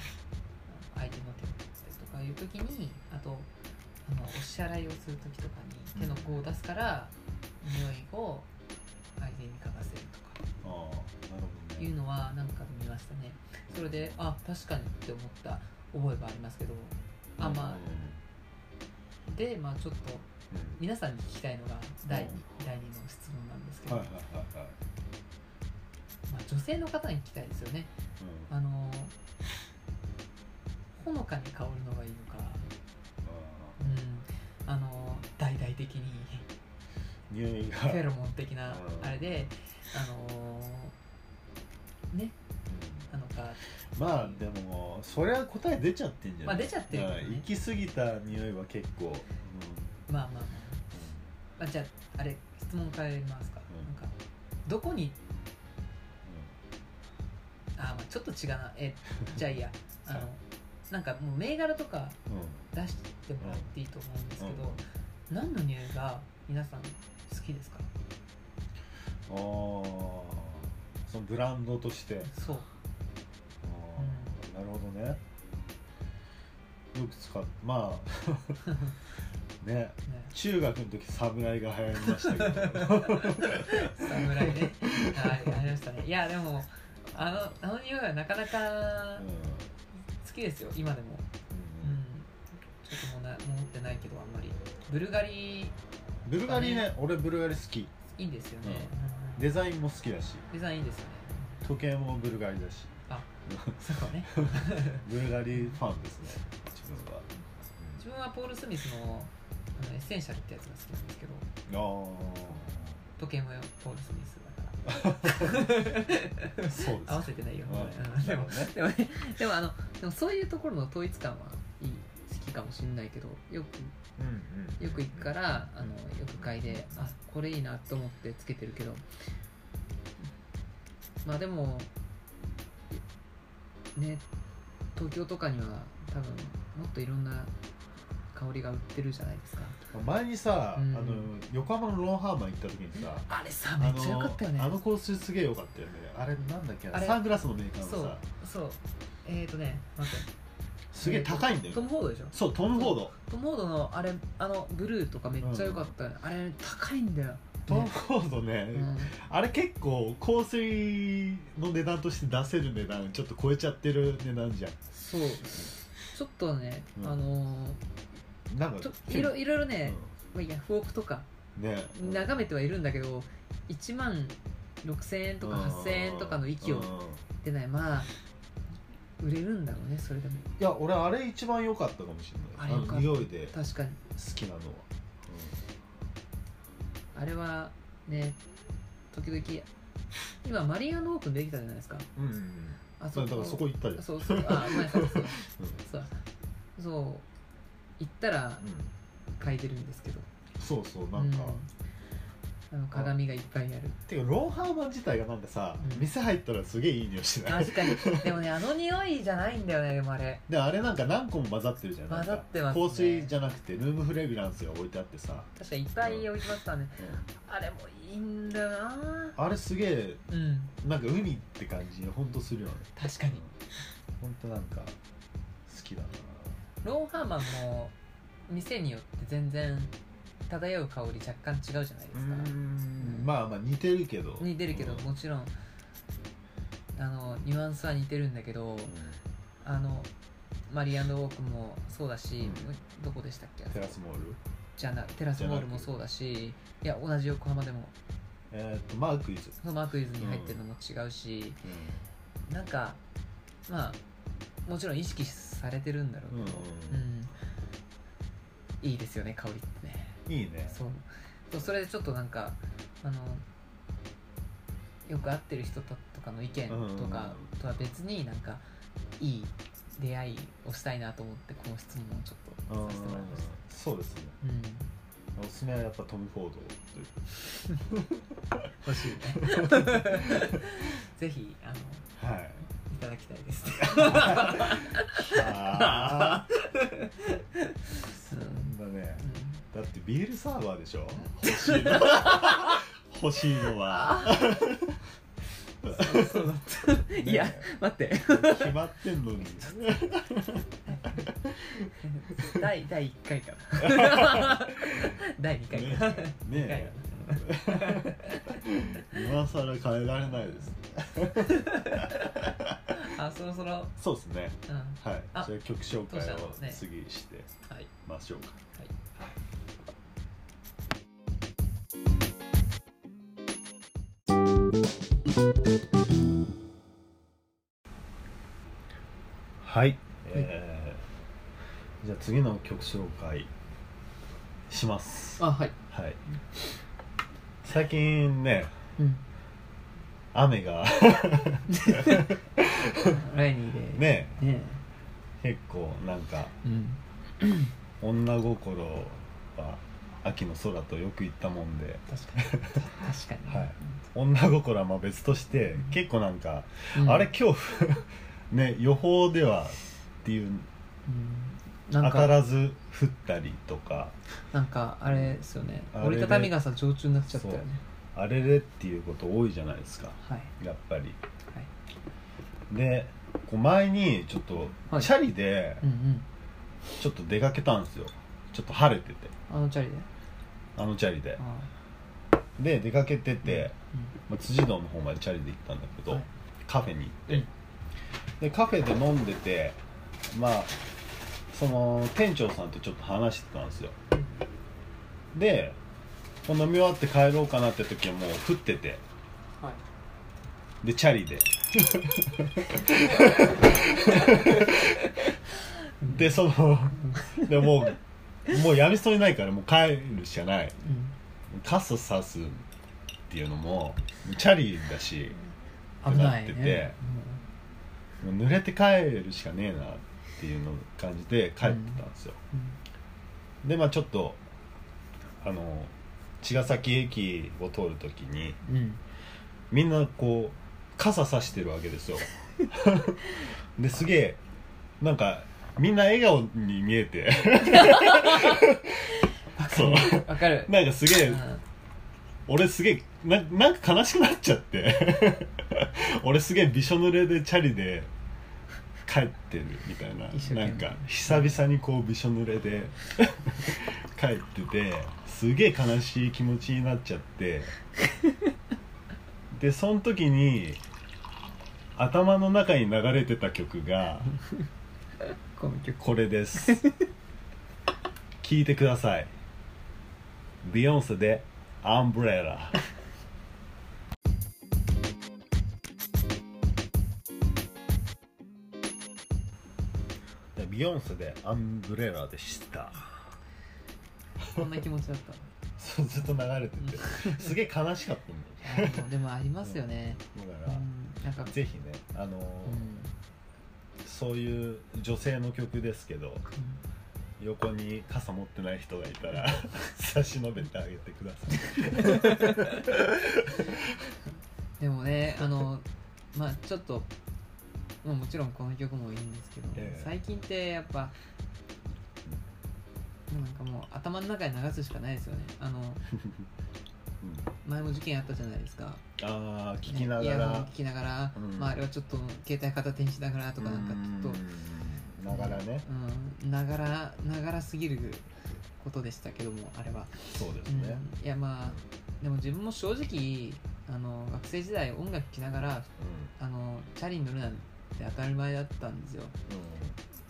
A: 相手の手を取ってとかいう時にあとあのお支払いをする時とかに手の甲を出すから匂いを相手に嗅がせるとか
B: んああなるほど
A: いう
B: ね
A: のはなんか見ましたねそれであ確かにって思った覚えはありますけどあまでまあちょっと
B: うんうん
A: 皆さんに聞きたいのが第2
B: うん
A: 第二の質問なんですけど、
B: はいはいはいはい
A: まあ、女性の方に聞きたいですよね
B: うん
A: あのほのかに香るのがいいのか
B: あ
A: うんあの大々的に
B: ー匂いが
A: フ *laughs* ェロモン的な
B: うん
A: あれであのね
B: うん
A: なのか
B: まあでもそれは答え出ちゃってんじゃな
A: まあ
B: い、
A: 出ちゃってるけどね
B: うん行き過ぎた匂いは結構、うんうん
A: まあまあまああじゃああれ質問変えますか、
B: うん
A: なんかどこにあまあちょっと違うな *laughs* えじゃあいいやあの
B: はい
A: なんかもう銘柄とか
B: うん
A: 出してもらっていいと思うんですけど、
B: うん
A: 何の匂いが皆さん好きですか
B: ああそのブランドとして、
A: そう
B: あーなるほどねよく使っま
A: *laughs*
B: あね
A: ね
B: 中学の時侍が流行りま
A: *laughs*
B: したけど
A: 侍ねはいありましたねいやでもあのあの匂いはなかなか
B: うん
A: 好きですよ今でもうんちょっともうな持ってないけどあんまりブルガリ
B: ブルガリね俺ブルガリ好き
A: いいんですよね、うん
B: デザインも好きだし
A: デザインいいですよね
B: 時計もブルガリだし
A: あ *laughs* そうね
B: ブルガリファンですね自分は、
A: 自分はポール・スミスのあのエッセンシャルってやつが好きなんですけど時計もよポール・スミスだか
B: *laughs* ああ
A: ら
B: そうです
A: 合わせてないよ、
B: うん
A: でも
B: なるほ
A: でもねでもあのでもそういうところの統一感はいい好きかもしれないけどよく
B: うんうん
A: よく行くからあのよく嗅いであこれいいなと思ってつけてるけどまあでもね東京とかには多分もっといろんな香りが売ってるじゃないですか
B: 前にさ、
A: うん
B: あの横浜のロンハーマン行った時にさ
A: あれさめ
B: あ
A: っちゃ良かったよね
B: のあの香水すげえよかったよねあれなんだっけな
A: あれ
B: サングラスのメーカー
A: そ
B: の
A: う
B: さ
A: そうえっ、ー、とね待って
B: すげえ高いんだよ
A: トム・ホードでしょ
B: そうトム・フォード
A: トム・ホードのあれあのブルーとかめっちゃ良かったよね、あれ高いんだよ
B: トム・フォードね、
A: うん
B: あれ結構香水の値段として出せる値段ちょっと超えちゃってる値段じゃ
A: そうちょっとね、
B: うん
A: あの
B: んなん
A: ーち
B: か
A: ょいろいろいろね、
B: う
A: まあ、ヤフオクとか
B: んね
A: 眺めてはいるんだけど1万6000円とか8000円とかの域を
B: うんい
A: 出ないまあ売れるんだろうねそれでも
B: や俺あれ一番良かったかもしれない
A: あ良
B: あ
A: かった
B: の匂いで好
A: 確かに
B: きなのは、
A: あれはね時々今マリアノオープンできたじゃないですか
B: うんうんうん
A: あ
B: だからそこ行ったじゃん
A: そうそうあごめんなさいそう
B: うん
A: そうそう行ったら
B: うん
A: 嗅いでるんですけど
B: そうそうなんか、
A: うんあの鏡がいっぱいある
B: ていうかロンハーマン自体がなんかさ、
A: うん
B: 店入ったらすげえいい匂いしない
A: 確かにでもねあの匂いじゃないんだよねでもあれ
B: であれなんか何個も混ざってるじゃんない
A: 混ざってますね
B: 香水じゃなくてルームフレグランスが置いてあってさ、
A: 確かにいっぱい置いてますからねあれもいいんだよな
B: あれすげえ
A: うん
B: なんか海って感じほんとするよね
A: 確かに
B: ほんとなんか好きだな
A: ロンハーマンも店によって全然漂う香り若干違うじゃないですか
B: まあまあ似てるけど
A: 似てるけど
B: うん
A: もちろんあのニュアンスは似てるんだけどあのマリーウォークもそうだし、どこでしたっけ
B: テラスモール
A: じゃなテラスモールもそうだしいや同じ横浜でも
B: えー、とマークイズ、
A: そのマークイズに入ってるのも違うし、なんかまあもちろん意識されてるんだろうけど、うんいいですよね香りってね
B: いいね
A: そうそうそれでちょっとなんかあのよく会ってる人ととかの意見とかとは別になんかいい出会いをしたいなと思ってこの質問をちょっとさせてもらいました、
B: そうですね
A: うん、
B: おすすめはやっぱトム・フォードという
A: 欲しいね
B: *laughs*
A: ぜひあの
B: はい
A: いただきたいです、
B: あ
A: うん
B: ーだね
A: うん
B: だってビールサーバーでしょ欲しい
A: *laughs*
B: の欲しいのは
A: そうだった。いや、待って。
B: 決まってん
A: *laughs*
B: のに
A: 第第一回か
B: *laughs*
A: な。第二回かな。
B: ねえねえ今更変えられないです
A: あ、そろそろ、
B: そうですね
A: うん、は
B: はい
A: あ
B: じゃあ曲紹
A: どう
B: 介を
A: したのね
B: 次し
A: い。
B: てましょうか
A: はい
B: はい、えーじゃあ次の曲紹介します
A: あ、はい。
B: はい最近ね
A: うん。
B: 雨が *laughs*
A: ライニーで。。
B: ね
A: ね
B: 結構なんか
A: え。うん。
B: 女心は秋の空とよく言ったもんで
A: 確かに。確かに。
B: はい女心はまあ別として結構なんか、
A: うん
B: あれ。今日 *laughs* ね予報ではっていう
A: うんな
B: 当
A: ん
B: た
A: か、
B: らず降ったりとか
A: なんか、あれですよね。
B: あれで
A: 折りたたみ傘常駐になっちゃったよね。
B: あれれっていうこと多いじゃないですか
A: はい。
B: やっぱり
A: はい。
B: でこう前にちょっ
A: は
B: と
A: い
B: チャリで
A: うんうん。
B: ちょっと出かけたんですよちょっと晴れてて
A: あのチャリで。
B: あのチャリで
A: あ
B: で出かけてて、
A: ー。うん
B: まあ、辻堂の方までチャリで行ったんだけど、
A: はい
B: カフェに行って、
A: うん
B: でカフェで飲んでてまあその店長さんとちょっと話してたんですよでこう飲み終わって帰ろうかなって時はもう降ってて
A: はい。
B: でチャ
A: *laughs*
B: リででそのでもうもうやみそうにないからもう帰るしかない
A: うん。
B: 傘さすっていうのもチャリだし
A: 危ない
B: ってなってて
A: ね。
B: もう濡れて帰るしかねえなっていうのを感じて帰ってたんですよ、
A: うんうん
B: でまあちょっとあの茅ヶ崎駅を通るときに
A: うん。
B: みんなこう傘さしてるわ
A: *laughs*
B: けですよですげえなんかみんな笑顔に見
A: *laughs*
B: えてそう
A: わかる。
B: なんかす
A: う
B: げえ
A: ん
B: 俺すげえななんか悲しくなっちゃって *laughs* 俺すげえびしょ濡れでチャリで帰ってるみたいな
A: 一生懸
B: な
A: 命
B: んか久々にこうびしょ濡れで *laughs* 帰っててすげえ悲しい気持ちになっちゃってでその時に頭の中に流れてた曲が
A: この曲。
B: これです聞いてくださいビヨンセで「アンブレラ」ビヨンセで「アンブレラ」でした
A: こんな気持ちだった。
B: そうずっと流れててすげえ悲しかったん
A: いやでもでもありますよね、
B: だよ
A: う
B: だか
A: ん、なんから
B: ぜひねあのー
A: うん
B: そういう女性の曲ですけど横に傘持ってない人がいた *laughs* ら差し伸べてあげてください
A: でもねあのまあちょっともうもちろんこの曲もいいんですけど、
B: ええ
A: 最近ってやっぱもうなんかもう頭の中に流すしかないですよねあの前も事件あったじゃないですか
B: ああ
A: ね
B: 聞きな
A: イ
B: が
A: ヤホン
B: ら
A: 聞きながら、
B: うん
A: まあ、あれはちょっと携帯片手にしながらとかなんかちょっと
B: うんながらね
A: うんながらながらすぎることでしたけどもあれは、
B: そうです
A: うん
B: ね
A: いやまあでも自分も正直あの学生時代音楽聴きながらあのチャリに乗るなんて当たり前だったんですよも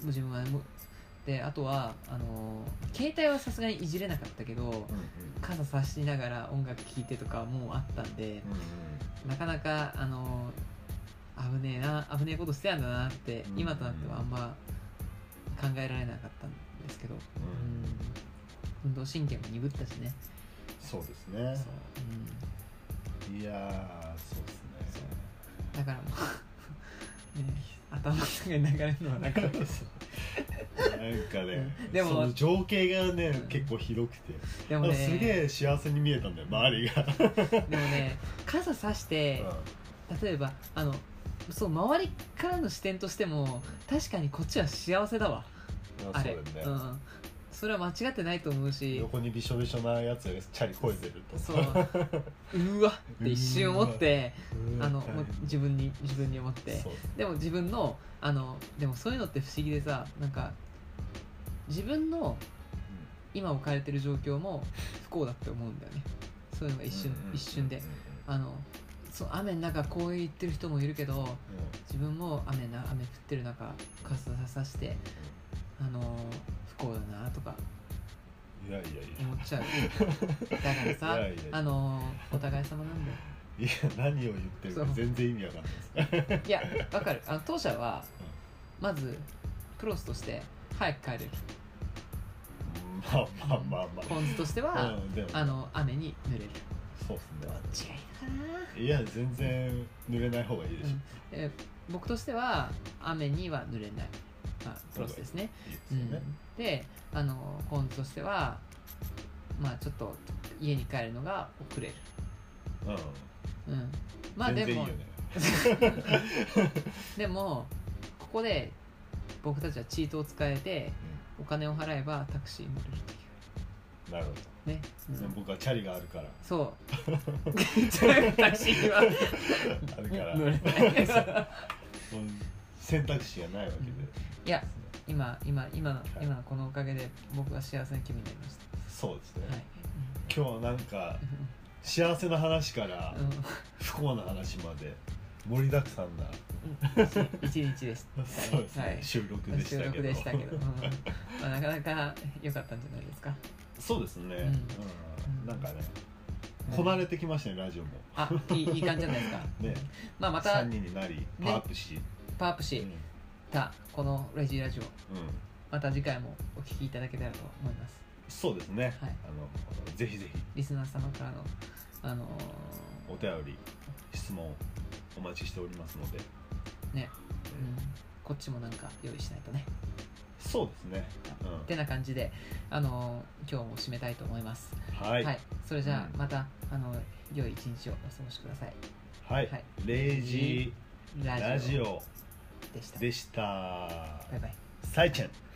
B: う
A: う
B: ん
A: 自分はもうであとはあの携帯はさすがにいじれなかったけど
B: うんうん
A: 傘差しながら音楽聴いてとかもうあったんで
B: うんうん
A: なかなかあの危ねえな危ねえことしてたんだなって
B: うん
A: 今となってはあんま考えられなかったんですけど、
B: うんうん
A: 運動神経も鈍ったしね
B: そうですね
A: そう、
B: いやーそうですね
A: うん、 *laughs* だからもうね頭の中に流れるのはなかなか
B: なんかね
A: うんでも
B: その情景がね、
A: うん
B: 結構ひどくて、
A: でもね
B: すげえ幸せに見えたんだよ周りが、
A: でもね *laughs* 傘さして例えばあのそう周りからの視点としても確かにこっちは幸せだわあれ
B: そうだ
A: う
B: よね、
A: ん、それは間違ってないと思うし
B: 横にびしょびしょなやつがチャリこいでると
A: そううわって一瞬思って
B: うん
A: あの
B: はい
A: もう自分に自分に思って
B: そう
A: でも自分のあのでもそういうのって不思議でさなんか自分の今置かれてる状況も不幸だって思うんだよねそういうのが一瞬、
B: うんうん
A: 一瞬で
B: うん
A: あのそう雨の中公園行ってる人もいるけど
B: うんうん
A: 自分も雨な雨降ってる中傘さしてあのー不幸だなとか
B: いやいやいや
A: 思っちゃうだからさ
B: いやいやいや
A: あのーお互い様なんだよ
B: いや何を言ってる
A: そう
B: か全然意味わかんないです
A: いやわかるあの当社はまずクロスとして早く帰れる
B: うんまあまあまあ
A: ポン酢として
B: まあ、
A: は
B: うん、でも
A: あの雨に濡れる
B: そうです
A: どっちがいいのかな
B: ねいや全然濡れない方がいいでしょ、
A: うんえー僕としては雨には濡れない、まあ、クロスですね
B: いいです
A: う
B: よ
A: ん
B: ね、
A: であのコーンズとしてはまあちょっと家に帰るのが遅れる、
B: うん
A: うん、まあで
B: 全然いい
A: も
B: よね
A: でもここで僕たちはチートを使えてお金を払えばタクシーに乗れるとい
B: うんなるほ
A: うね、うん
B: ど、僕はチャリがある
A: *laughs*
B: から
A: そう
B: *laughs*
A: タクシーには
B: あるから、
A: 乗
B: もう
A: れない
B: 選択肢がないわけで、
A: うんいや今今今の今のこのおかげで僕は幸せな気分になりまし
B: そうですね、
A: たはい、
B: 今日はなんか
A: う
B: 幸せな話から
A: んうん
B: 不幸な話まで盛りだくさんな、
A: うん一日でしたね
B: そうですね、
A: はい
B: 収録でし
A: 収
B: たけ
A: 録
B: ど
A: でしたけど、うんまあ、なかなか良かったんじゃないですか
B: *laughs* そうですね、
A: うん
B: うんなんかねこなれてきましたねラジオも
A: あいいいい感じじゃないですか
B: ね
A: まあまた
B: 3人になりパワーアップし、
A: パワーアップし
B: うん
A: たこの「レジラジオ」また次回もお聞きいただけたらと思います
B: そうですね、
A: はい
B: あのぜひぜひ
A: リスナー様からのあの
B: お便り質問お待ちしておりますので
A: ーね、うん、こっちもなんか用意しないとね
B: そうですね、うん
A: てな感じであのー今日も締めたいと思います
B: はい、
A: はい、それじゃ
B: うん
A: あまた、あの良い一日をお過ごしください
B: はい
A: はい
B: 0時ラジオ
A: でした
B: でした
A: バイバイ
B: 再见